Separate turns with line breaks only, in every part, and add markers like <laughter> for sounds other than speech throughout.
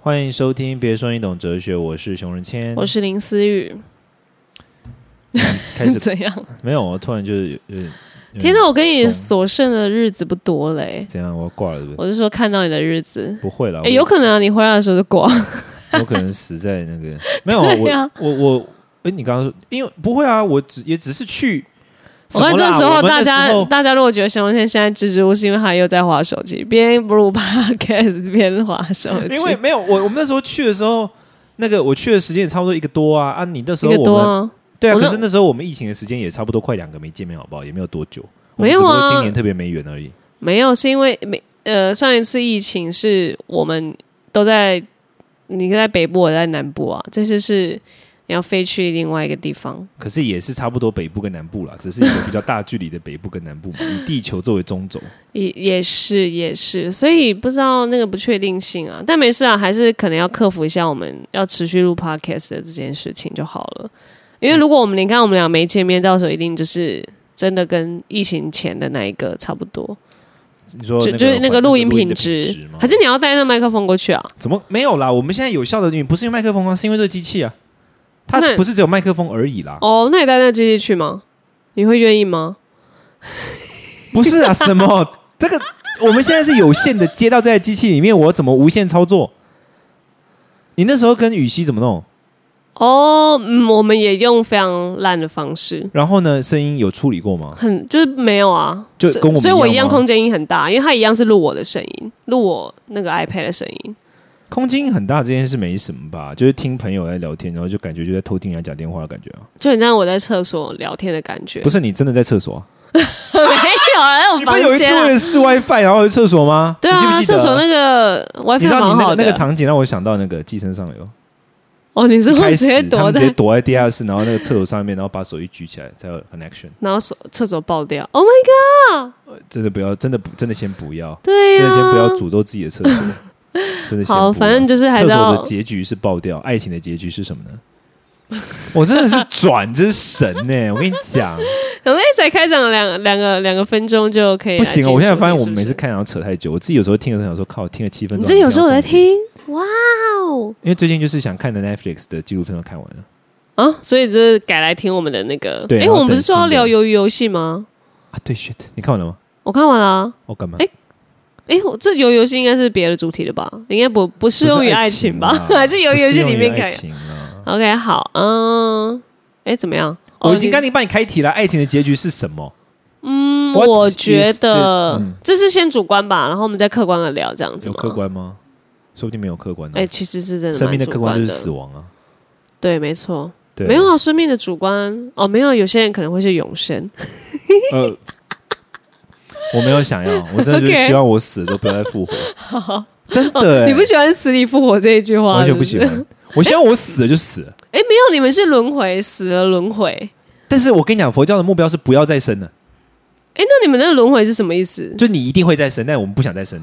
欢迎收听，别说你懂哲学，我是熊仁谦，嗯
我是林思雨，
开
<laughs>
始
怎样？
没有，我突然就是有有
<laughs>
点
天哪，我跟你
怂
所剩的日子不多嘞、
怎样，我要挂了对不对？
我是说看到你的日子，
不会啦，我
哎、有可能、啊、你回来的时候就挂，
我可能死在那
<laughs>
个没有
对啊
我我我，哎，你刚刚说，因为不会啊，我只也只是去。
我们
什么
这
啦
时
我
候
们那
大家
时 <laughs> 候
大家如果觉得熊先现在支支吾吾，是因为他又在划手机，边不如 <laughs> podcast 边划手机，
因为没有我，我们那时候去的时候，那个我去的时间也差不多一个多啊啊！你那时
一
候我
个
们
多啊，
对啊，
我那
可是那时候我们疫情的时间也差不多快两个没见面，好不好？也没有多久，我们
没有
只不
啊
过今年特别没缘而已。
没有是因为没呃上一次疫情是我们都在你在北部，我在南部啊，这次是你要飞去另外一个地方，
可是也是差不多北部跟南部啦，只是一个比较大距离的北部跟南部
<laughs>
嘛，以地球作为中轴。
也也是也是，所以不知道那个不确定性啊，但没事啊，还是可能要克服一下我们要持续录 podcast 的这件事情就好了。
嗯
因为如果我们你看我们俩没见面，到时候一定就是真的跟疫情前的那一个差不多，
你说
就
那个
就是那
环
个录音
的
品
品
质
吗，
还是你要带那麦克风过去啊？
怎么没有啦？我们现在有效的音不是因为麦克风啊，是因为这个机器啊，它
那
不是只有麦克风而已啦。
哦，那你带那个机器去吗？你会愿意吗？
不是啊，什么
<laughs>
这个我们现在是有线的接到这台机器里面，我怎么无线操作？你那时候跟雨熙怎么弄？
哦，嗯，我们也用非常烂的方式，
然后呢，声音有处理过吗？
很就是没有啊，
就
所
跟我们
所以我
一
一
样
样
吗
空间音很大，因为它一样是录我的声音，录我那个 iPad 的声音。
空间很大这件事没什么吧，就是听朋友在聊天，然后就感觉就在偷听人家讲电话的感觉啊。
就很像我在厕所聊天的感觉，
不是你真的在厕所、啊？
没有啊，那种 <laughs>
你不是
房
有一次
间啊、
为了试 WiFi 然后去厕所吗？
对
你记不
啊，
记得
厕所那个
你
WiFi
知道你
蛮
那
好
个
的
那个场景让我想到那个《寄生上
<laughs>
流》，
哦，你是
一
会
开
直接
始他
躲
们直接
在，
躲在地下室，然后那个厕所上面，然后把手一举起来才有 connection。
然后厕厕所爆掉？Oh my god！
真的不要，真的不真的先不要，
对
真
呀、
的
啊，
先不要诅咒自己
<laughs>
的厕所。真的先不要
好反正就是还
厕
是要
所的结局是爆掉，爱情的结局是什么呢？ <laughs> 我真的是转，真是神呢、欸我跟你
<laughs>
讲，
可能才开场两两个两个分钟就可以来啊
不行
进
哦！
入
我现在
主题
发现我
是
们
不
每
是
次看然后扯太久，我自己有时候听的时候想说，靠，听了七分钟。
你这有时候我
还
在
没看到重点，
听，哇哦
因为最近就是想看的 Netflix 的纪录片都看完了，
啊！所以这是改来听我们的那个，
对
诶
然后
我们不是
等新
说
的
要聊鱿鱼游戏吗？
啊，对，shit，你看完了吗？
我看完了、啊。
我干嘛？
哎诶，我这鱿鱼游戏应该是别的主题的吧？应该不不适
不
用
是
于
爱
爱
情
情
啦
吧？ <laughs> 还是鱿鱼游戏里面
不是用于
可
爱
以？
情啦
OK，好，嗯，哎，怎么样？
我已经
跟
跟你帮你开题了，爱情的结局是什么？
嗯，
What
我
is
觉
the-
得
嗯
这是先主观吧，然后我们再客观的聊，这样子
有
吗？
客，观吗？说不定没有客观呢
哎，。其实是真的
生
蛮
命的
主
客观
观
就
的，
是死亡啊，
对，没错，
对，
没有啊，生命的主观哦，没有，有些人可能会是永生，
呃，我没有想
<laughs>
要，我真的就是
OK 哦
希望我死了都不要再复活。
<laughs>
真的、欸，
你不喜欢死里复活这一句话，
完全不喜
是是。
欢。我希望我死了就死
<laughs>
了，
哎，没有，你们是轮回，死了轮回。
但是我跟你讲，佛教的目标是不要再生了，
哎，那你们那个轮回是什么意思？
就你一定会再生，但我们不想再生。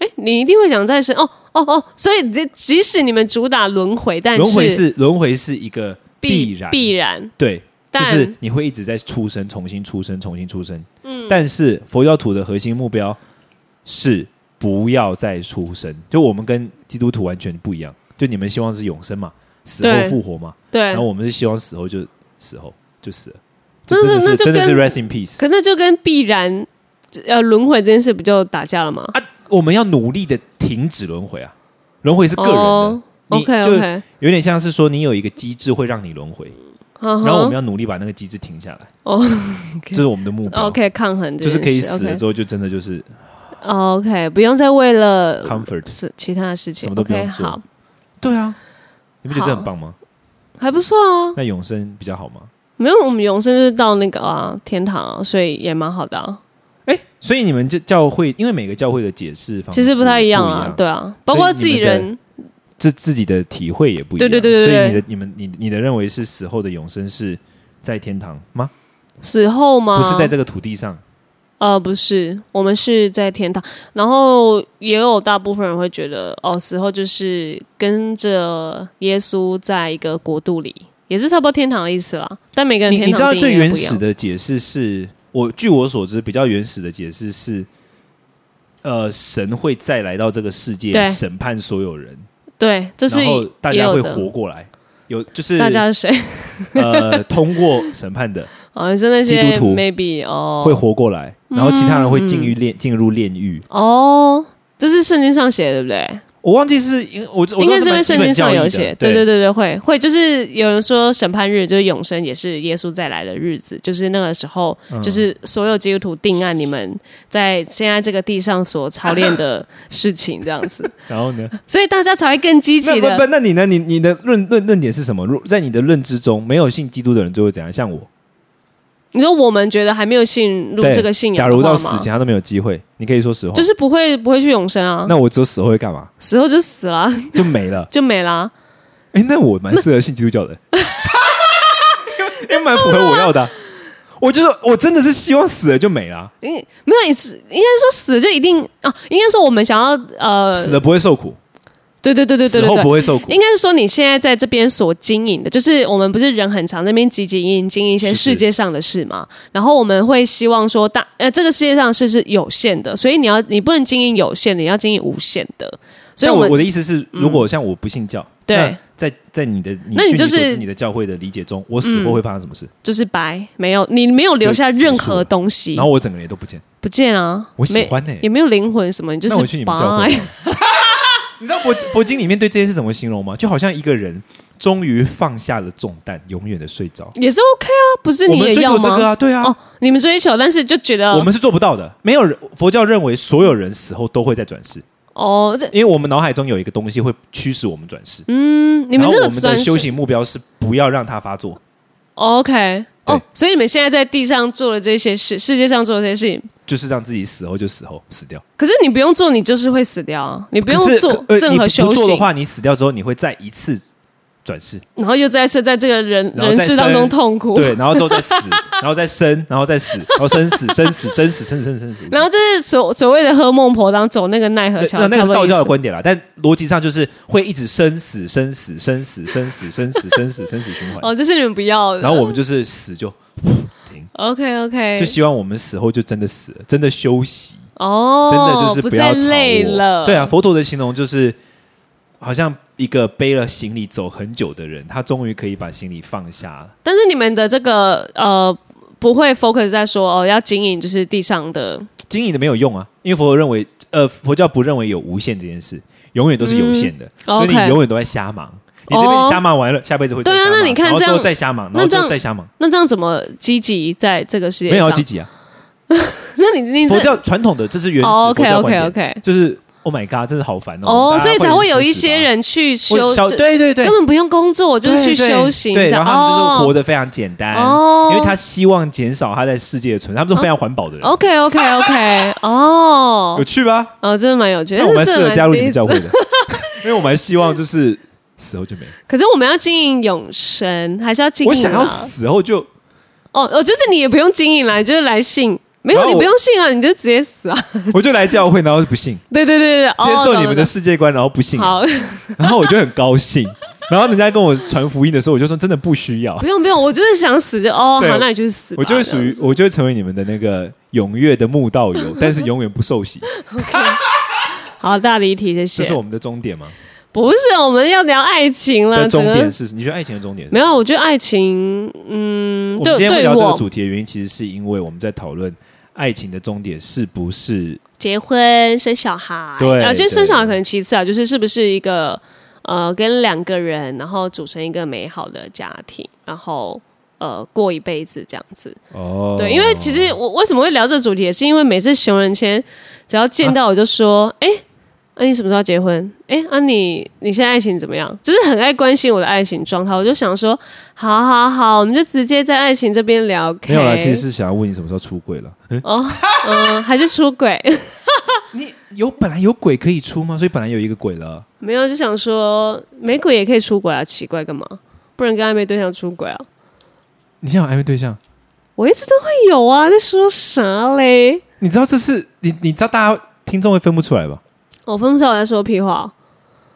哎，你一定会想再生哦哦哦，所以这即使你们主打轮回，但是
轮回是轮回是一个必然，
必然，
对，就
但
是你会一直在出生，重新出生，重新出生。嗯，但是佛教徒的核心目标是不要再出生，就我们跟基督徒完全不一样。就你们希望是永生嘛，死后
对
复活嘛，
对
然后，我们是希望死后就死后就死了，
那
真的
是
是
那就
真的是
跟
rest in peace。
可那就跟必然呃轮回这件事不就打架了吗？
啊我们要努力的停止轮回啊，轮回是个人的。
哦
你
OK
就
OK，
有点像是说，你有一个机制会让你轮回，
然
然后我们要努力把那个机制停下来，
哦 <laughs>
这是我们的目标。
OK 抗衡这
就
件
是
事，
可以死了
OK 哦
之后，就真的就是
OK，不用再为了
comfort。
是其他的事情
什么都不
OK
用做
好，
对啊，你不觉得这很
好
棒吗？
还不错啊。
那永生比较好吗？
没有，我们永生就是到那个啊天堂啊，所以也蛮好的啊。
哎，所以你们这教会，因为每个教会的解释方式
其实
哦不
不太一
样
样啊，，对啊，包
所以
括
你
自己
们的
人
这自己的体会也不一样。
对对对对
所以
对
你的你们你你的认为是死后的永生是在天堂吗？
死后吗？
不是在这个土地上，
呃，不是，我们是在天堂，然后也有大部分人会觉得，哦，死后就是跟着耶稣在一个国度里，也是差不多天堂的意思啦。但每个人
你
天
你知
堂
道
定
最
义也
原
不一样
始。的解释是我据我所知比较原始的解释是，呃，神会再来到这个世界
对
审判所有人，
对，这是
然后大
也
家
有
会
的
活过来。有就是
大家是谁？ <laughs>
呃，通过审判的
哦，你是那些
基督徒
maybe 哦，
会活过来，然后其他人会进入
嗯
炼进入炼狱。
哦，这是圣经上写的，对不对？
我忘记是因我我
应该是因为
蛮基
圣
本
经上
教义
有
的
写，对
对
对对对，会会就是有人说审判日就是永生，也是耶稣再来的日子，就是那个时候，
嗯
就是所有基督徒定案你们在现在这个地上所操练的事情，这样
<laughs>
子，
然后呢？
所以大家才会更积极
那不不，
的。
那你呢？你你的论论论点是什么？如在你的认知中，没有信基督的人就会怎样？像我，
你说我们觉得还没有信入
对
这个信
假
仰
如
的
到
话
死
吗？
前他都没有机会，你可以说实话。
就是不会不会去永生啊，
那我只有死后会干
<laughs>
嘛？
死后就死了， <laughs>
就没了。
就没啊啦。
哎，那我蛮适合信基督教
<laughs>
的，因为蛮符合我要的啊。我就是我真的是希望死了就没了，啊
因为没有，应该说死就一定啊，应该说我们想要呃，
死了不会受苦，
对对对对对
死
对
后
对
不，会受苦。
应该是说你现在在这边所经营的，就是我们不是人很常在那边汲汲营营经营一些
是是
世界上的事嘛，然后我们会希望说大呃这个世界上的事是有限的，所以你要你不能经营有限的，你要经营无限的，所以
但
我
我
们嗯
我的意思是，如果像我不信教，
对
那在在你的
那你
据
就是嗯
所知你的教会的理解中，我死后会发生什么事？
就是白没有你没有留下任何东西
然，后我整个人都不见，
不见啊，
我喜
没
欢呢、欸
也没有灵魂什么，你就啊
那我去你
是哎
们教会
白。
<laughs> 你知道佛佛经里面对这件事怎么形容吗？就好像一个人终于放下了重担，永远的睡着。
<laughs> 也是 OK 啊，不是
我
你
们
也
追
要
求这
吗？
个啊，对啊，
哦，呃你们追求，但是就觉得
我们是做不到的。没有人佛教认为所有人死后都会再转世，
哦，这
因为我们脑海中有一个东西会驱使我们转世。
嗯，你
然
们
后
这个
我们
转
的
世
修行目标是不要让它发作。
OK 哦
对，
所以你们现在在地上做的这些事，世界上做的这些事情，
就是让自己死后就死后死掉，
可是你不用做，你就是会死掉啊，你不
可
用
是
做
可呃
任何
你
修
不做的
行，
话，你死掉之后你会再一次转世，
然后又再次在这个人
然后
人
再
世当
生
中痛苦，
对，然后之后再死，然后再生，然后再死，然后生死生死生死生死生死生死，
然后就是所所谓的喝孟婆汤，走那个奈何桥，
那那
差
个
不
是
多
道
意
教的
思。
观点啦，但逻辑上就是会一直生死、生死、生死、生死、生死、生死、生死循环。
哦，这是你们不要的。
然后我们就是死就停，
OK OK，
就希望我们死后就真的死了，真的休息，
哦，
真的就是
不
要
再
吵我
累了。
对啊，，佛陀的形容就是好像一个背了行李走很久的人，他终于可以把行李放下了。
但是你们的这个呃，不会 focus 在说哦要经营就是地上的，
经营的没有用啊，因为佛陀认为，呃，佛教不认为有无限这件事，永远都是有限的，所以
嗯哦 OK
你永远都在瞎忙。你这
哦
边瞎忙完了，下辈子会再
对啊
瞎忙
那你看
然后
这
之
样
后再瞎忙，然
那
后
这
之
样
后再瞎忙，
那这样怎么积极在这个世界
没有
上
要积？极啊。
<laughs> 那你你这
佛教传统的这是原始
哦
佛
，OK
教观
OK
点，
OK，
就是 Oh my God，真的好烦哦。
哦，
大家
所以才会有
很
一
死死
些
吧
人去
或
修，
小
就
对对对
根，本不用工作，就是去
对对
修行，
对，
这样
然后他们就是活
哦
得非常简单，
哦
因为他希望减少他在世界的存在，他们都非常环保的人，<laughs>
OK OK OK，哦
有，趣吧？
哦，真的蛮有趣
<laughs>
的，
那我蛮
这
适
真的
合加入你们
低
教
俗
会的， <laughs> 因为我蛮希望就是死后就没了，
可是我们要经营永生，还是要经营、
我
啊？
想要死后就 <laughs>
哦哦，就是你也不用经营啦，你就是来信。没有，
然后
你
我
不用信啊，你就直接死啊！ <laughs>
我就来教会，然后不信，
对对对对，
接
哦
受
懂
你
了
们的世界观，然后不信
懂，了好，
<laughs> 然后我就很高
<laughs>
兴。然后人家跟我传福音的时候，我就说真的不需要
不，用不用，我就是想死就哦，
对
好，那你就死吧。
我就会
这
属
样
于
子
我就会成为你们的那个踊跃的慕道
<laughs>
友，但是永远不受洗，
好大离题，谢
这是
谢。
我们的终点吗？
不是，我们要聊爱情了，
的终
嗯整个
点是，你觉得爱情的终点是
没有，我觉得爱情，嗯，
我
对
们今天会
对
聊这个
我
主题的原因，其实是因为我们在讨论爱情的终点是不是
结婚生小孩，
对
啊，其实
对
生小孩可能其次啊，就是是不是一个呃跟两个人，然后组成一个美好的家庭，然后呃过一辈子这样子。
哦
对，因为其实我为什么会聊这个主题，也是因为每次熊仁谦只要见到我就说，哎、那、你什么时候要结婚？哎，啊你你现在爱情怎么样？就是很爱关心我的爱情状态，我就想说，好好好，我们就直接在爱情这边聊。
没有啦，其实是想要问你什么时候出轨了。
哦，嗯，还是出轨， <laughs>
你有本来有鬼可以出吗？所以本来有一个鬼了，
没有就想说，美鬼也可以出轨啊，奇怪干嘛？不能跟暧昧对象出轨啊？
你现在有暧昧对象，
我一直都会有啊，在说啥嘞？
你知道这是你你知道大家听众会 <laughs> 分不出来吧？
我分手在说屁话，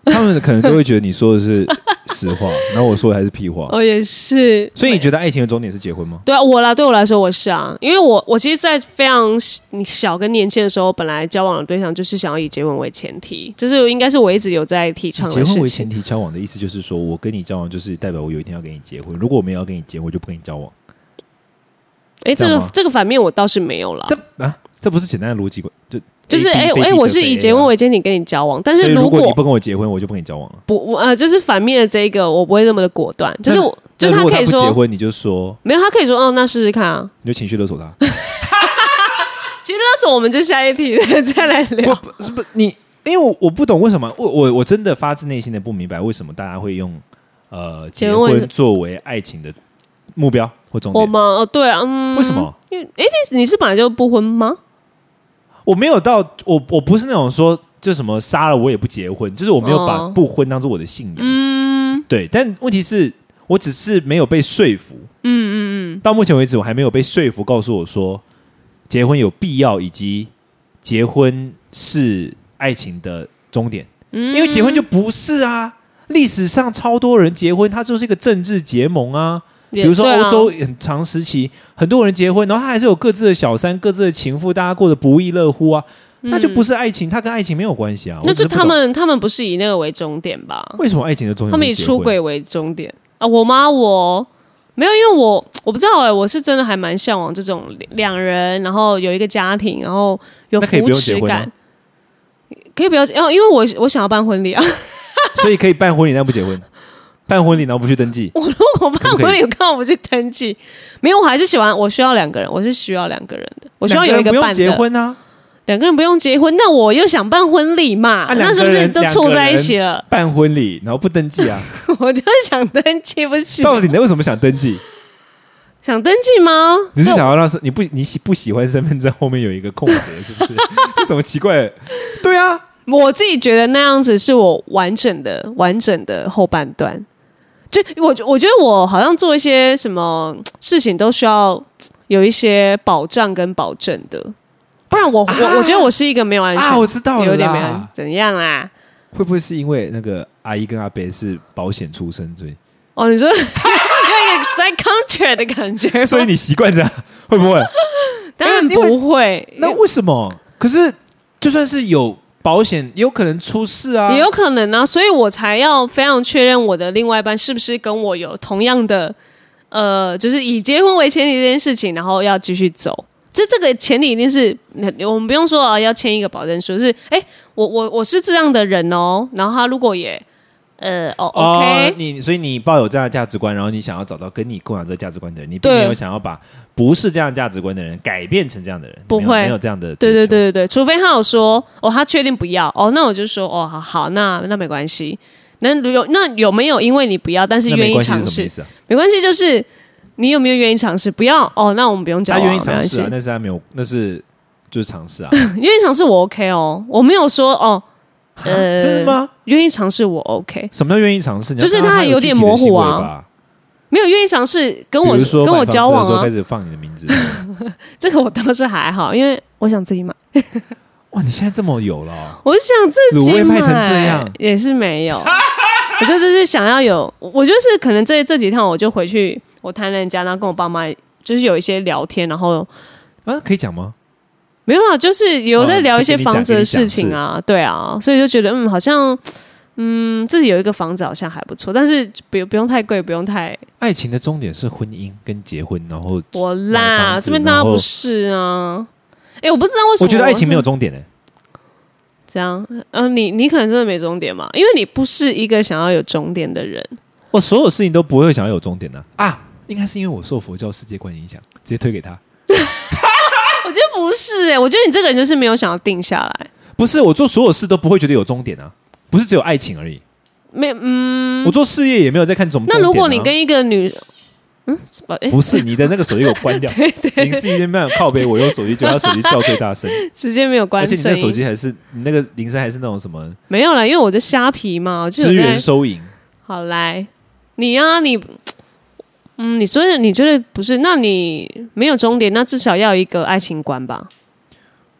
他们可能都会觉得你说的是实话，然后我说的还是屁话。
我哦也是，
所以你觉得爱情的终点是结婚吗？
对啊，我啦，对我来说我是啊，因为我我其实，在非常小跟年轻的时候，本来交往的对象就是想要以结婚为前提，就是应该是我一直有在提倡
结
的
婚
事
为
情
前。提交往的意思就是说，我跟你交往就是代表我有一天要跟你结婚。如果我没有要跟你结婚，我就不跟你交往。
哎，
这
这
样
个
吗
这个反面我倒是没有啦，
这啊，这不是简单的逻辑关，就
就是哎哎，诶我是以结婚，为前提跟你交往，但
非 A 非 A 啊所以
是如
如
果
果你不跟我结婚，我就不跟你交往了。
不我呃，就是反面的这一个，我不会这么的果断，就是我就
那如
是他
果
可以
不结
说
婚，你就说
没有，他可以说哦，那试试看啊。
你就情绪勒索他。
其实那时候我们就下一题 <laughs> 再来聊，
不不是不你，因为我我不懂为什么，我我我真的发自内心的不明白为什么大家会用呃
结
结
婚为
婚作为爱情的目标或重
我
点。
吗？哦，对啊，嗯，
为什么？
因为哎，你你是本来就不婚吗？
我没有到我我不是那种说就什么杀了我也不结婚，就是我没有把
哦
不婚当做我的信仰。
嗯
对，但问题是我只是没有被说服。
嗯嗯嗯，
到目前为止，我还没有被说服，告诉我说结婚有必要，以及结婚是爱情的终点。
嗯
因为结婚就不是啊，历史上超多人结婚，它就是一个政治结盟啊。比
比
如说欧洲很长时期，很多人结婚，然后他还是有各自的小三、各自的情妇，大家过得不亦乐乎啊，那就不是爱情，它跟爱情没有关系啊。
嗯那
我只
就是
不
他
懂
们他们不是以那个为终点吧？
为什么爱情的终点
他们以
是结婚
出轨 <laughs> 为终点啊！我妈我没有，因为我我不知道哎、我是真的还蛮向往这种两人，然后有一个家庭，然后有
那可以不
扶
用
持
结婚
感
吗。
可以不要，哦，因为我我想要办婚礼啊！ <laughs>
所以可以办婚礼但不结婚，办婚礼然后不去登记，
我如果办
可不可以
婚礼，我刚好不去登记，没有，我还是喜欢，我需要两个人，我是需要两个人的，我需要有一
两人不
伴
用结
的。
婚啊，
两个人不用结婚，那我又想办婚礼嘛，
啊两
那
个
是不是
人
都
两个
凑在一起了？ <laughs>
办婚礼然后不登记啊，
我就想登记，不行，
到底你为什么想登记？
想登记吗？
你是
这
想要让是你不你喜不喜欢身份证后面有一个空格，是
<laughs>
不是？这什么奇怪的？对啊，
我自己觉得那样子是我完整的、完整的后半段。就我我觉得我好像做一些什么事情都需要有一些保障跟保证的，不然我、我我觉得我是一个没有安全，
啊，我知道了啦，
哎有点没安怎样啊？
会不会是因为那个阿姨跟阿伯是保险出身，
<laughs>
所以
哦，你说有一个 side contract 的感觉吗，
所以你习惯这样，会不
<laughs>
会？
当然
因为
不会，
那为什么？可是就算是有保险，也有可能出事啊
也。有可能啊，所以我才要非常确认我的另外一半是不是跟我有同样的，呃，就是以结婚为前提这件事情，然后要继续走。这这个前提一定是，我们不用说啊，要签一个保证书，是哎、我我我是这样的人哦，然后他如果也，呃，哦，OK，、
哦，你所以你抱有这样的价值观，然后你想要找到跟你共享这个价值观的人，你并
对
没有想要把不是这样价值观的人改变成这样的人，
不
没有
会
没有这样的，
对对，对对对，除非他有说哦，他确定不要哦，那我就说哦，好好，那那没关系。那如有那有没有因为你不要，但是
那
愿
没
意
关系
尝
是什么
试
意？思啊？
没关系，就是你有没有愿意尝试？不要哦，那我们不用交
他
往，
愿意
没
尝
关
试
系
啊，。但是他没有，那是就是尝
<laughs>
试啊，
愿意尝试我 OK 哦，我没有说哦，呃
真的吗？
愿意尝试我 OK，
什么叫愿意尝试？你要
就是
看到
他
他
有点
具体的
模糊
行为
啊
吧。
没有愿意尝试跟我
比如说
跟我
买房子
交
的
往
时候
啊
开，始放你的
<laughs>
名字，
这个我倒是还好，因为我想自己买，
哇，你现在这么有了哦，
我想自己
卤味卖成这样
<laughs> 也是没有，我就只是想要有，我就是可能这这几趟我就回去我谈人家，然后跟我爸妈就是有一些聊天，然后
啊，可以讲吗？
没有啊，就是有在
哦
聊一
就
些
跟你讲
房子的事情啊，对啊，所以就觉得嗯，好像嗯自己有一个房子好像还不错，但是不用不用太贵，不用太
爱情的终点是婚姻跟结婚，然后
多
买
啦，
房子
这边当然
然后
不是啊。哎、我不知道为什么
我觉得爱情没有
是
终点诶，欸
这样，嗯、你你可能真的没终点嘛，因为你不是一个想要有终点的人。
我所有事情都不会想要有终点的啊，应该是因为我受佛教世界观影响，直接推给他。
我觉得不是哎、我觉得你这个人就是没有想要定下来，
不是我做所有事都不会觉得有终点啊，不是只有爱情而已，
没嗯。
我做事业也没有在看终。
那如果
终点
你
啊
跟一个女，嗯，是吧？哎、
不是你的那个手机给我关掉，
<laughs>
林思雨那边靠背，我用手机叫他手机叫最大
<laughs>
声，
直接没有关
而且
声
你
音，
那手机还是你那个铃声还是那种什么
没有啦，因为我的虾皮嘛，我就有
支
在
援收银，
好来，你啊，你，嗯，你说的你觉得不是？那你没有终点，那至少要有一个爱情观吧？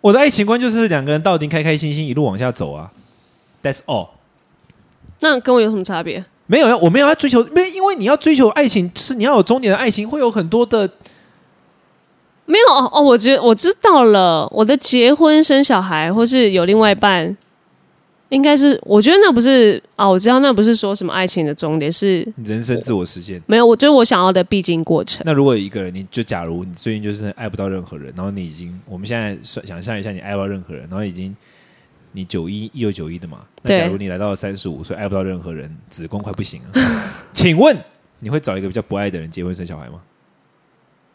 我的爱情观就是两个人到底开开心心一路往下走啊，That's all。
那跟我有什么差别？
没没有，我没有要追求，因为因为你要追求爱情，是你要有终点的爱情，会有很多的
没有哦，我觉我知道了，我的结婚、生小孩，或是有另外一半，应该是我觉得那不是啊，我知道那不是说什么爱情的终点，是
人生自我实现。
没有，我觉得我想要的必经过程。
那如果一个人，你就假如你最近就是爱不到任何人，然后你已经，我们现在算想象一下，你爱不到任何人，然后已经你九一一九九一的嘛，那
对
假如你来到了三十五岁，爱不到任何人，子宫快不行了，请问你会找一个比较不爱的人结婚生小孩吗？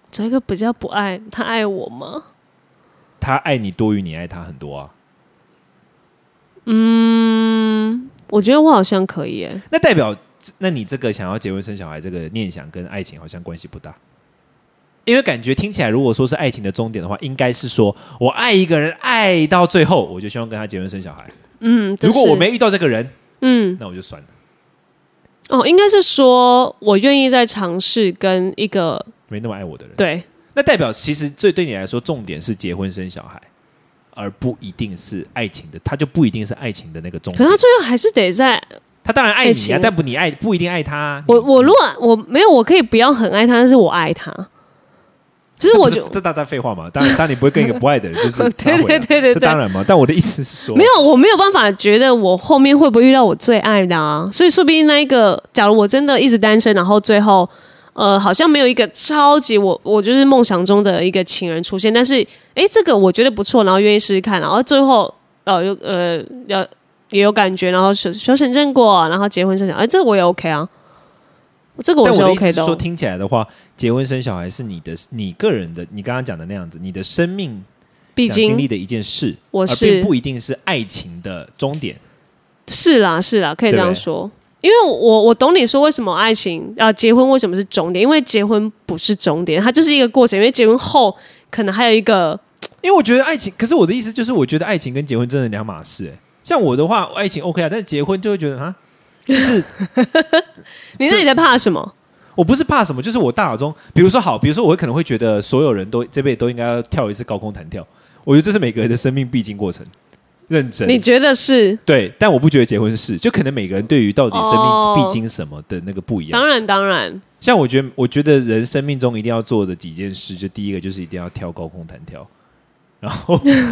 找一个比较不爱他爱我吗？
他爱你多于你爱他很多啊，
嗯，我觉得我好像可以耶。
那代表那你这个想要结婚生小孩这个念想跟爱情好像关系不大。因为感觉听起来，如果说是爱情的终点的话，应该是说我爱一个人爱到最后，我就希望跟他结婚生小孩。
嗯，这
如果
是
我没遇到这个人，
嗯
那我就算了，
哦，应该是说我愿意再尝试跟一个
没那么爱我的人。
对
那代表其实最对你来说，重点是结婚生小孩，而不一定是爱情的，他就不一定是爱情的那个终
可
点
他。最后还是得在
他当然爱
爱
你啊
情，
但不你爱不一定爱他啊。
我
你
我如果我没有，我可以不要很爱他，但是我爱他。其
这
实
不
我
是
就
这大大废话嘛，当然当然你不会跟一个不爱的人就是
<laughs>
撒
对
谎
对
啊
对对
这
对
当，然嘛。但我的意思是说，
没有，我没有办法觉得我后面会不会遇到我最爱的啊。所以说不定那一个，假如我真的一直单身，然后最后呃好像没有一个超级我我就是梦想中的一个情人出现，但是诶，这个我觉得不错，然后愿意试试看，然后最后呃又呃要也有感觉，然后修修成正果，然后结婚生小孩，哎、这个我也 OK 啊，这个
但
是
我的意思
OK
是
的哦、
说，听起来的话，结婚生小孩是你的你个人的，你刚刚讲的那样子，你的生命
毕
想经
竟
历的一件事，
我
而
是
并不一定是爱情的终点。
是啦，是啦，可以
对
这
不
样
对
说。因为我我懂你说为什么爱情啊结婚为什么是终点，因为结婚不是终点，它就是一个过程。因为结婚后可能还有一个
因为我觉得爱情，可是我的意思就是，我觉得爱情跟结婚真的两码事、欸。像我的话，爱情 OK 啊，但是结婚就会觉得啊，就是
你那你在怕什么？
我不是怕什么，就是我大脑中，比如说好，比如说我可能会觉得所有人都这辈子都应该要跳一次高空弹跳，我觉得这是每个人的生命必经过程。认真，
你觉得是？
对，但我不觉得结婚是，就可能每个人对于到底生
哦
命必经什么的那个不一样。
当然当然，
像我觉得，我觉得人生命中一定要做的几件事，就第一个就是一定要跳高空弹跳，然
<laughs>
后一定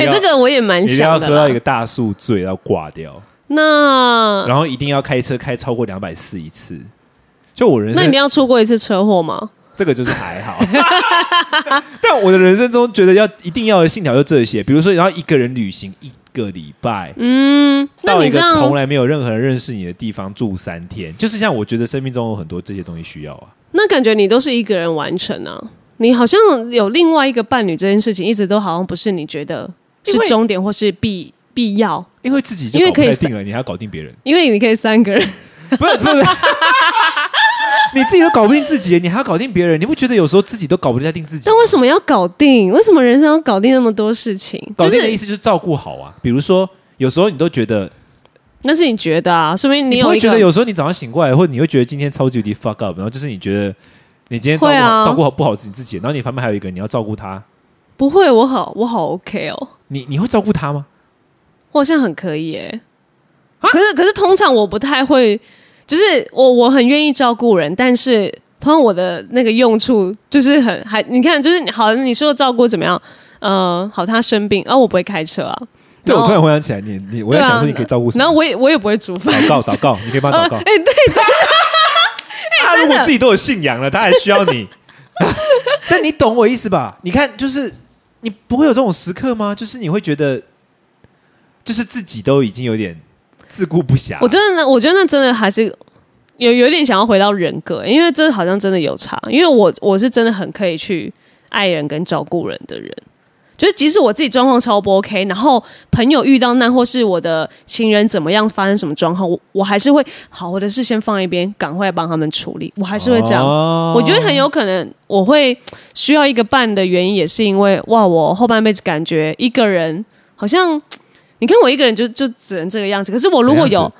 哎、
要、
这个我也蛮
一定
想
要
的
喝到一
啦
个。大宿醉，然后挂掉，
那嗯
然后一定要开车开超过两百四一次。就我人
那
生
你要出过一次车祸吗？
这个就是还好， <laughs> 但我的人生中觉得要一定要的信条就这些，比如说你要一个人旅行一个礼拜，
嗯，那
到
你
一
这
个
样
从来没有任何人认识你的地方住三天，就是像我觉得生命中有很多这些东西需要啊。
那感觉你都是一个人完成啊，你好像有另外一个伴侣这件事情，一直都好像不是你觉得是
因为
终点或是必必要，
因为自己就
因为
搞不
可以
太
三
定了，你还要搞定别人，
因为你可以三个人。
不是不 <laughs> 是，不是你自己都搞不定自己，你还要搞定别人，你不觉得有时候自己都搞不太定自己吗？
但为什么要搞定？为什么人生要搞定那么多事情？
搞定
就
的意
是
思就是照顾好啊。比如说，有时候你都觉得，
那是你觉得啊，说明
你不
有
会
一
觉得
个
有时候你早上醒过来，或者你会觉得今天超级无敌 fuck up，然后就是你觉得你今天照顾
会
好、
啊
照顾好不好你自己，然后你旁边还有一个人你要照顾他，
不会，我好，我好 OK 哦，
你你会照顾他吗？
我好像很可以耶。
啊
可是可是通常我不太会，就是我我很愿意照顾人，但是通常我的那个用处就是很还你看就是你好，你说照顾怎么样？呃，好，他生病，啊，我不会开车啊。
对，我
然后
突然回想起来，你你我在
对啊
想说你可以照顾什
然后
么？
我也我也不会煮饭。
祷告 <laughs> 祷告，你可以帮他
呃，
祷告
<laughs> 哎、。对，真的
他如
真
果
的
自己都有信仰了，他还需要你？ <laughs> 但你懂我意思吧？你看，就是你不会有这种时刻吗？就是你会觉得，就是自己都已经有点自顾不暇。
我真的，我觉得那真的还是有有点想要回到人格，因为这好像真的有差。因为我我是真的很可以去爱人跟照顾人的人，就是即使我自己状况超不 OK，然后朋友遇到难或是我的情人怎么样发生什么状况，我我还是会好，我的事先放一边，赶快帮他们处理，我还是会这样。
哦
我觉得很有可能我会需要一个伴的原因，也是因为哇，我后半辈子感觉一个人好像，你看我一个人就就只能这个样子。可是我如果
怎样
有
子，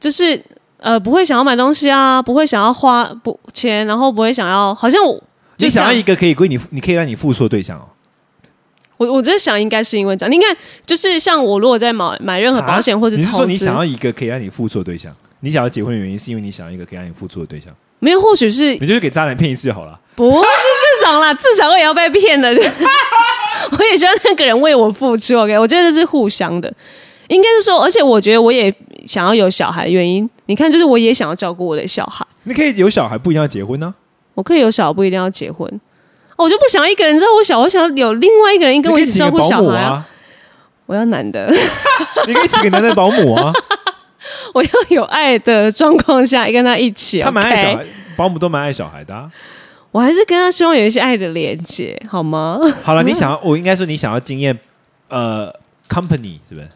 就是呃，不会想要买东西啊，不会想要花不钱，然后不会想要，好像我就
你想要
这样
一个可以归你，你可以让你付出的对象哦。
我我在想，应该是因为这样。嗯你看，就是像我如果在买买任何保险
啊
或者
你是
投
说你
资，
想要一个可以让你付出的对象？你想要结婚的原因，是因为你想要一个可以让你付出的对象，
没有，或许是
你就是给渣男骗一次就好了。
不是这种啦，至少我也要被骗的。 <laughs> 我也希望那个人为我付出。OK，我觉得这是互相的，应该是说，而且我觉得我也想要有小孩，原因你看，就是我也想要照顾我的小孩，
你可以有小孩，不一定要结婚啊呢、
我可以有小孩，不一定要结婚。哦我就不想要一个人照顾小孩，我想要有另外一个人跟我一起照顾
你可以请
小
个保姆
孩啊。
啊，
我要男
<laughs>
的，<laughs>
你可以请个男的保姆啊，
我要有爱的状况下跟他一起。
他蛮爱小
o k
孩，保姆都蛮爱小孩的啊、
我还是跟他希望有一些爱的连接，好吗？ <laughs>
好了，你想要，我应该说你想要经验，呃，company 是不是？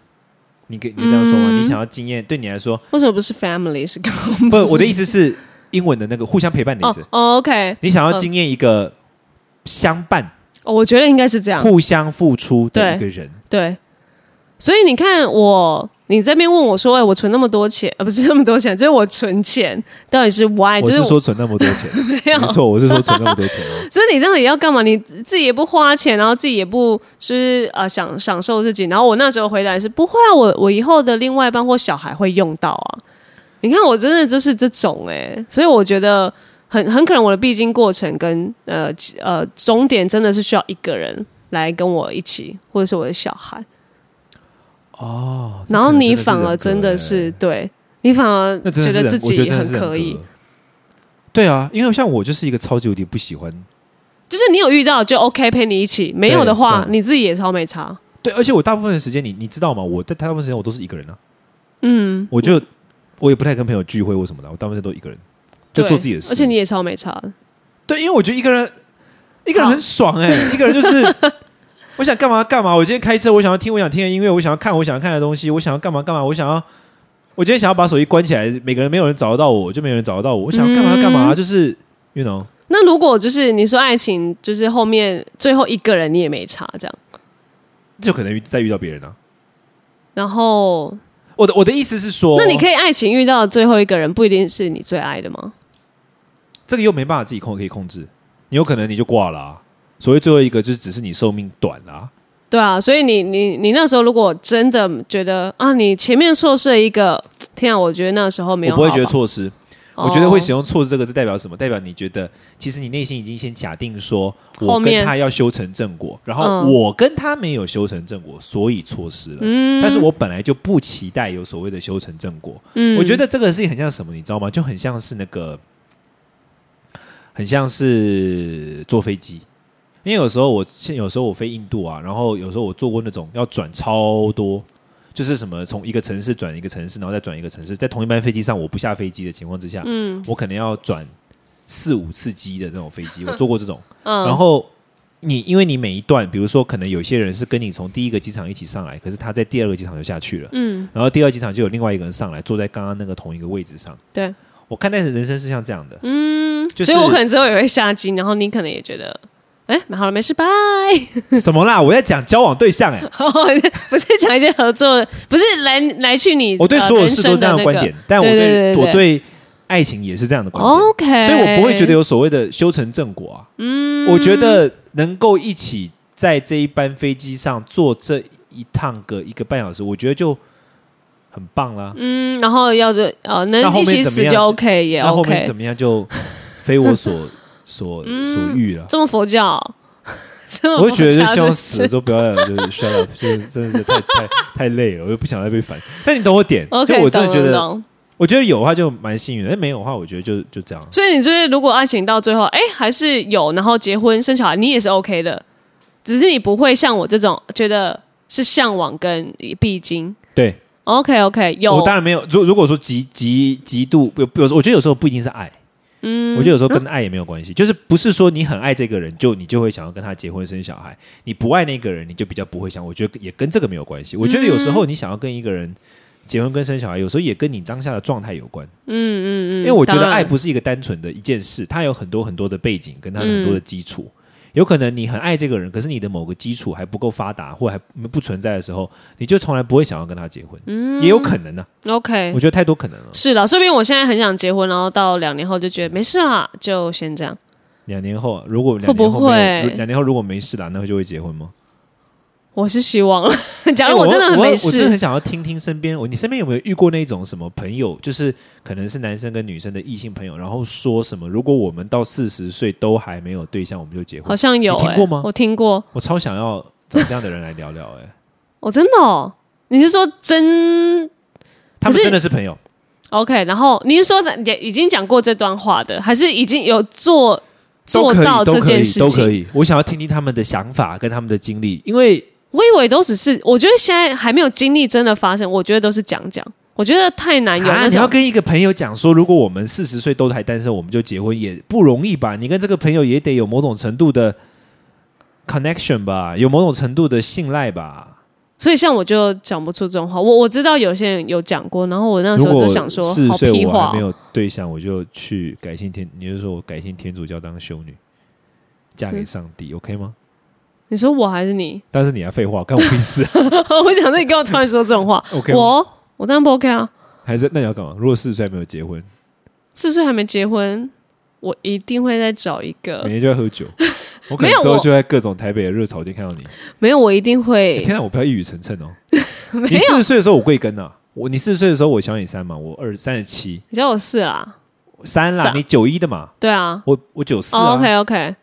你可以你这样说吗？
嗯
你想要经验，对你来说，
为什么不是 family 是跟我
不，我的意思是英文的那个互相陪伴的意
哦
思。
哦，OK，
你想要经验一个相伴、
哦，我觉得应该是这样，
互相付出的一个人，
对。所以你看我，你这边问我说，哎，我存那么多钱，呃，不是那么多钱，就是我存钱到底是 why？
我
哎就是是
说存那么多钱，
没有
没，错，我是说存那么多钱
<laughs>
哦。
所以你到底要干嘛？你自己也不花钱，然后自己也不就是呃享享受自己。然后我那时候回答是不会啊，我我以后的另外一半或小孩会用到啊。你看我真的就是这种哎、所以我觉得很很可能我的必经过程跟呃呃终点真的是需要一个人来跟我一起，或者是我的小孩。
哦，
然后你反而
那可
真
能
的是对你反而
那真
觉
的是
得
人
自
我觉
己
得真的
很
是人
可以
格，。对啊，因为像我就是一个超级无敌不喜欢，
就是你有遇到就 OK 陪你一起，没有
对
的话
是
你自己也超没差。
对，而且我大部分的时间，你你知道吗？我在大部分时间我都是一个人啊。
嗯，
我就我也不太跟朋友聚会或什么的，我大部分都一个人，就
对
做自己的事。
而且你也超没差的，
对，因为我觉得一个人一个人很爽哎、一个人就是 <laughs> 我想干嘛干嘛。我今天开车，我想要听我想听的音乐，我想要看我想要看的东西，我想要干嘛干嘛，我想要我今天想要把手机关起来，每个人没有人找得到我，就没有人找得到我。我想要干嘛干嘛，
嗯
就是，you know，
那如果就是你说爱情，就是后面最后一个人你也没差这样，
就可能遇再遇到别人啊。
然后
我的我的意思是说，
那你可以爱情遇到最后一个人不一定是你最爱的吗？
这个又没办法自己控可以控制，你有可能你就挂了、啊。所谓最后一个就是只是你寿命短啦、啊，
对啊，所以你你你那时候如果真的觉得啊，你前面错失了一个，天啊，我觉得那时候没
我
有
不会
好
觉得
吧，
错失。我觉得会使
哦
用“错”这个字代表什么？代表你觉得其实你内心已经先假定说，我
后
跟
面
他要修成正果，然后
嗯
我跟他没有修成正果，所以错失了。
嗯
但是我本来就不期待有所谓的修成正果。
嗯
我觉得这个事情很像什么，你知道吗？就很像是那个，很像是坐飞机。因为有时候我，现有时候我飞印度啊，然后有时候我坐过那种要转超多，就是什么从一个城市转一个城市，然后再转一个城市，在同一班飞机上我不下飞机的情况之下，
嗯
我可能要转四五次机的那种飞机，我坐过这种。
嗯，
然后你因为你每一段，比如说可能有些人是跟你从第一个机场一起上来，可是他在第二个机场就下去了，
嗯
然后第二机场就有另外一个人上来，坐在刚刚那个同一个位置上。
对
我看待的人生是像这样的，
嗯，
就是
所以我可能之后也会下机，然后你可能也觉得。哎，好了，没事，拜。
什么啦？我在讲交往对象
<laughs>
哎、
不是讲一些合作，不是来来去你
我对
呃
所有
人
事
生
都这样
的
观点，但我
对对对对哦
我对爱情也是这样的观点。
OK，
所以我不会觉得有所谓的修成正果啊。嗯，我觉得能够一起在这一班飞机上坐这一趟个一个半小时，我觉得就很棒啦。
嗯，然后要就呃
那
能
后
一
面
起
怎么
死
样
就 OK 也
那后面
OK，
怎么样就非我所 <laughs> 所所欲了。
这么佛教， <laughs> 这 <laughs> 么
我就觉得
佛
就
教
希望
是
死了之后不要再就是 shut up，就是
<laughs>
真的是太太太累了，我又不想再被烦。 <laughs> 但你懂我点，就
OK，
我真的觉
懂
得，
懂懂
我觉得有的话就蛮幸运的，但没有的话，我觉得就就这样。
所以你就是如果爱情到最后，哎，还是有，然后结婚生小孩，你也是 OK 的，只是你不会像我这种觉得是向往跟必经。
对
OK OK，有
我当然没有。如如果说极极极度有有，我觉得有时候不一定是爱，嗯，我觉得有时候跟爱也没有关系，就是不是说你很爱这个人，就你就会想要跟他结婚生小孩；你不爱那个人，你就比较不会想。我觉得也跟这个没有关系。我觉得有时候你想要跟一个人结婚跟生小孩，有时候也跟你当下的状态有关。
嗯嗯嗯，
因为我觉得
当然
爱不是一个单纯的一件事，它有很多很多的背景，跟它很多的基础。
嗯
有可能你很爱这个人，可是你的某个基础还不够发达，或还不存在的时候，你就从来不会想要跟他结婚。嗯，也有可能呢、
OK
我。觉得太多可能了。
是的，说不定我现在很想结婚，然后到两年后就觉得没事啦，就先这样。
两年后，如果两年后
会
没
不
有，
会
如两年后如果没事了，那就会结婚吗？
我是希望了。 <laughs> 假
哎
如
我
真的很没
我真的
事，
很想要听听身边，我你身边有没有遇过那种什么朋友，就是可能是男生跟女生的异性朋友，然后说什么，如果我们到四十岁都还没有对象，我们就结婚
好。像有、
你
欸，
听过吗
我听过，
我超想要找这样的人来聊聊、
<laughs>
哎，
哦，真的、哦，你是说真
他们
可是
真的是朋友，
OK？然后你是说也已经讲过这段话的，还是已经有做
都
做
可以
到这件事
都可以，都可
情？
以。我想要听听他们的想法跟他们的经历，因为
我以为都只是，我觉得现在还没有经历真的发生，我觉得都是讲讲，我觉得太难有
啊，
那
你
种。
要跟一个朋友讲说，如果我们四十岁都还单身，我们就结婚也不容易吧？你跟这个朋友也得有某种程度的 connection 吧，有某种程度的信赖吧。
所以像我就讲不出这种话，我我知道有些人有讲过，然后我那时
如
候
果
就想说，
四十
好
岁
屁
我
话
还没有对象，我就去改信天，你就说我改信天主教当修女，嫁
嗯
给上帝、o k 吗？
你说我还是你？ <laughs>
但是你还废话，干我屁事
我想说你跟我突然说这种话
，OK 吗
我我当然不 OK 啊，
还是那你要干嘛？如果四十岁还没有结婚，
四岁还没结婚，我一定会再找一个
每。天就在喝
<laughs>
酒，我可
呃没有
能之后
我
就在各种台北的热炒店看到你。
没有，我一定
欸
会。
天啊，我不要一语成谶
<laughs>
哦。你四十岁的时候我贵庚啊？我你四十岁的时候我小你三嘛，我二三十七
你叫我四啦，
三
是
啦
啊，
你九一的嘛，
对啊。
我我九四
哦
啊。
OK OK，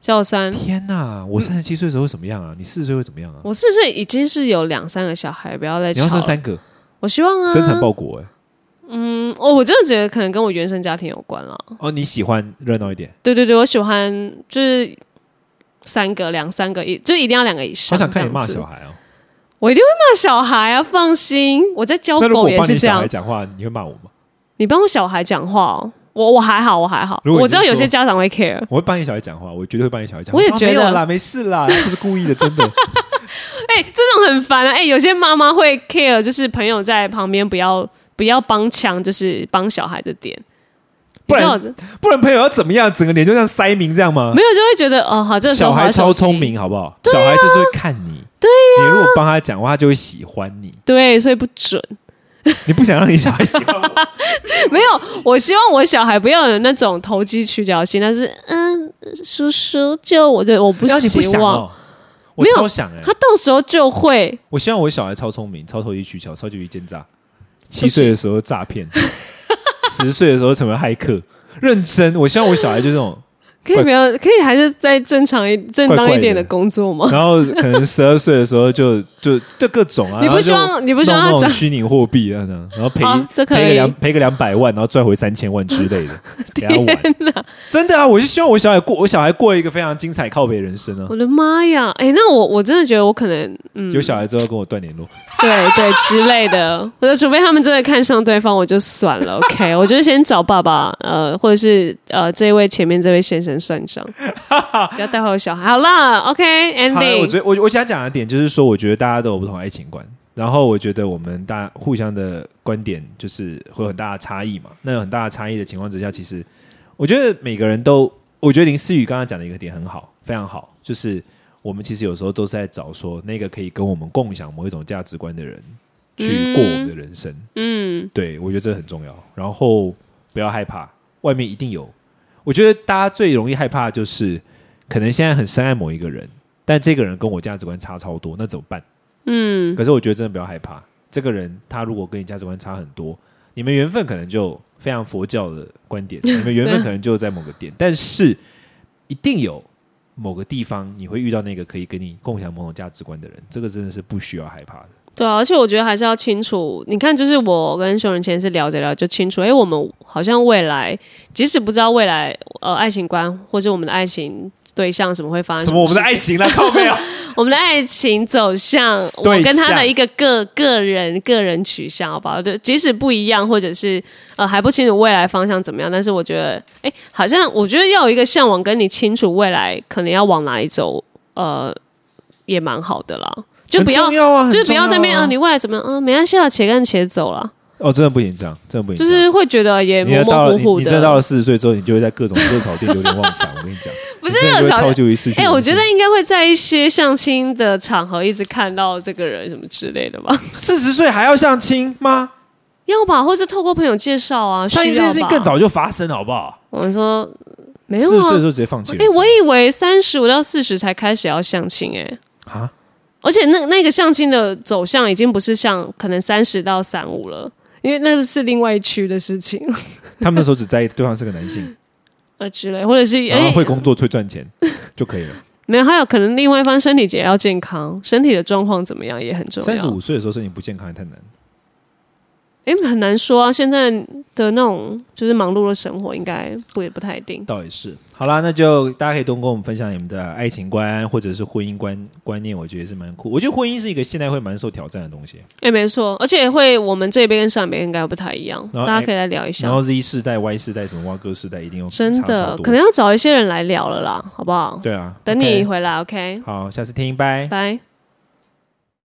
叫我三。
天哪，我三十七岁的时候会怎么样啊？你四十岁会怎么样啊？
我四岁已经是有两三个小孩，不要再
你要
吵
生
了。
三个，
我希望啊，
真产报国哎。
嗯，哦，我真的觉得可能跟我原生家庭有关了。
哦，你喜欢热闹一点，
对对对，我喜欢就是三个、两三个，一就一定要两个以
好
上。
想看你骂
这
小
样子，
孩哦。
我一定会骂小孩啊！放心，我在教
那如果
哦狗
我
也
帮
是
你
这
小
样
孩。讲话，你会骂我吗？
你帮我小孩讲话哦，我我还好，我还好。
如果
我
你
知道
是
有些
说
家长会 care，
我会帮你小孩讲话，我绝对会帮你小孩讲话。
我也
说啊
觉
没有
得
啦，没事啦，不是故意的，真的。
哎、这种很烦啊！哎、有些妈妈会 care，就是朋友在旁边不要不要帮腔，就是帮小孩的点。
不然
你知道我
不然朋友要怎么样？整个脸就像塞明这样吗？
没有就会觉得哦，好，这个时候
小
划
孩
手
超
机
聪，明，好不好？
啊
小孩就是会看你，对呀、你如果帮他讲话，他就会喜欢你。 <laughs>
对，所以不准。 <laughs>
你不想让你小孩喜欢我，
没有，我希望我小孩不要有那种投机取巧心，但是嗯，叔叔救我，对，我 <laughs> 不
那你不
希
想
望、
哦？我
没有
超想哎、
他到时候就会。
我希望我小孩超聪明，超投机取巧，超级于奸诈。七岁的时候诈
<laughs>
骗，十岁的时候成为骇客。认真，我希望我小孩就这
<laughs>
种，
可以
怪
不要，可以还是再正常一、正
怪
当一
怪
点的
的
工作吗？
然后可能十二岁的时候就就就各种啊。
你
然后就
不希望，你不希望
弄
他
那种
长
虚拟货币啊，这样然后赔、
啊这可以
赔个两赔个两百万，然后赚回三千万之类
<laughs>
的，给他玩。真的啊，我就希望我小孩过我小孩过一个非常精彩靠北人生啊。
我的妈呀！哎、那我我真的觉得我可能，嗯，
有小孩之后跟我断联络，
对对之类的，我说除非他们真的看上对方，我就算了。OK，我就先找爸爸，呃，或者是呃这一位前面这位先生算
<laughs>
账，不要带坏我小孩。好啦
好了，我
，OK，ending、
觉得我我想讲的点就是说，我觉得大家都有不同的爱情观，然后我觉得我们大家互相的观点就是会有很大的差异嘛。那有很大的差异的情况之下，其实我觉得每个人都，我觉得林思雨刚刚讲的一个点很好，非常好，就是我们其实有时候都是在找说那个可以跟我们共享某一种价值观的人去过我们的人生。
嗯，
对，我觉得这很重要。然后不要害怕，外面一定有。我觉得大家最容易害怕的就是，可能现在很深爱某一个人，但这个人跟我价值观差超多，那怎么办？
嗯
可是我觉得真的不要害怕，这个人他如果跟你价值观差很多，你们缘分可能就非常佛教的观点，你们缘分可能就在某个点，但是一定有某个地方你会遇到那个可以跟你共享某种价值观的人，这个真的是不需要害怕的。
对啊，而且我觉得还是要清楚，你看，就是我跟熊仁谦是聊着聊就清楚，哎、我们好像未来，即使不知道未来呃爱情观或者我们的爱情对象什么会发生
什么我们的
事情
爱情啦，靠啊没有？
<laughs> 我们的爱情走向，我
对
跟他
象
的一个个个人个人取向，好不好？对，即使不一样，或者是呃还不清楚未来方向怎么样，但是我觉得，哎，好像我觉得要有一个向往，跟你清楚未来可能要往哪里走，呃，也蛮好的啦。就不
很
要，
重要啊，很
就是不要
重
在
啊
那边，呃，你未来怎么样？嗯、没关系啊，且干且走啦。
哦，真的不行这样，真的不行
就
这样。
是会觉得也
你
模
要到
模
了
糊
你
糊
你真的到
的
了。四十岁之后，你就会在各种热炒店流连忘返。我跟你讲，
<laughs> 不
你
是
真的
热
就会
炒
超
店
级于失去人
哎、
性。
我觉得应该会在一些相亲的场合一直看到这个人什么之类的吧。
四十岁还要相亲吗？
要吧，或是透过朋友介绍啊，
相亲
需
这
要
件
吧
事情更。早就发生，好不好？
我们说呃没
四十
有
岁的
啊
时，候直接放弃人
哎、
生。
我以为三十五到四十才开始要相亲、哎，
啊，
而且那那个相亲的走向已经不是像可能三十到三五了，因为那是另外一区的事情 <laughs>
他们那时候只在意对方是个男性，
呃之类，或者是
然后
哎
会工作、会赚
<laughs>
钱就可以了。
没有，还有可能另外一方身体也要健康，身体的状况怎么样也很重要。
三十五岁的时候身体不健康也太难。
哎，很难说啊。现在的那种就是忙碌的生活，应该不也不太一定。
倒也是。好啦，那就大家可以多跟我们分享你们的爱情观或者是婚姻观观念，我觉得也是蛮酷。我觉得婚姻是一个现代会蛮受挑战的东西。
哎，没错，而且会我们这边跟上边应该不太一样，
然后哎
大家可以来聊一
然
下
后。Z 世代、Y 世代、什么蛙哥世代，一定有
真
差超
的，
多
可能要找一些人来聊了啦，好不好？
对啊。
等你
OK
回来，OK，
好，下次听，拜。
拜。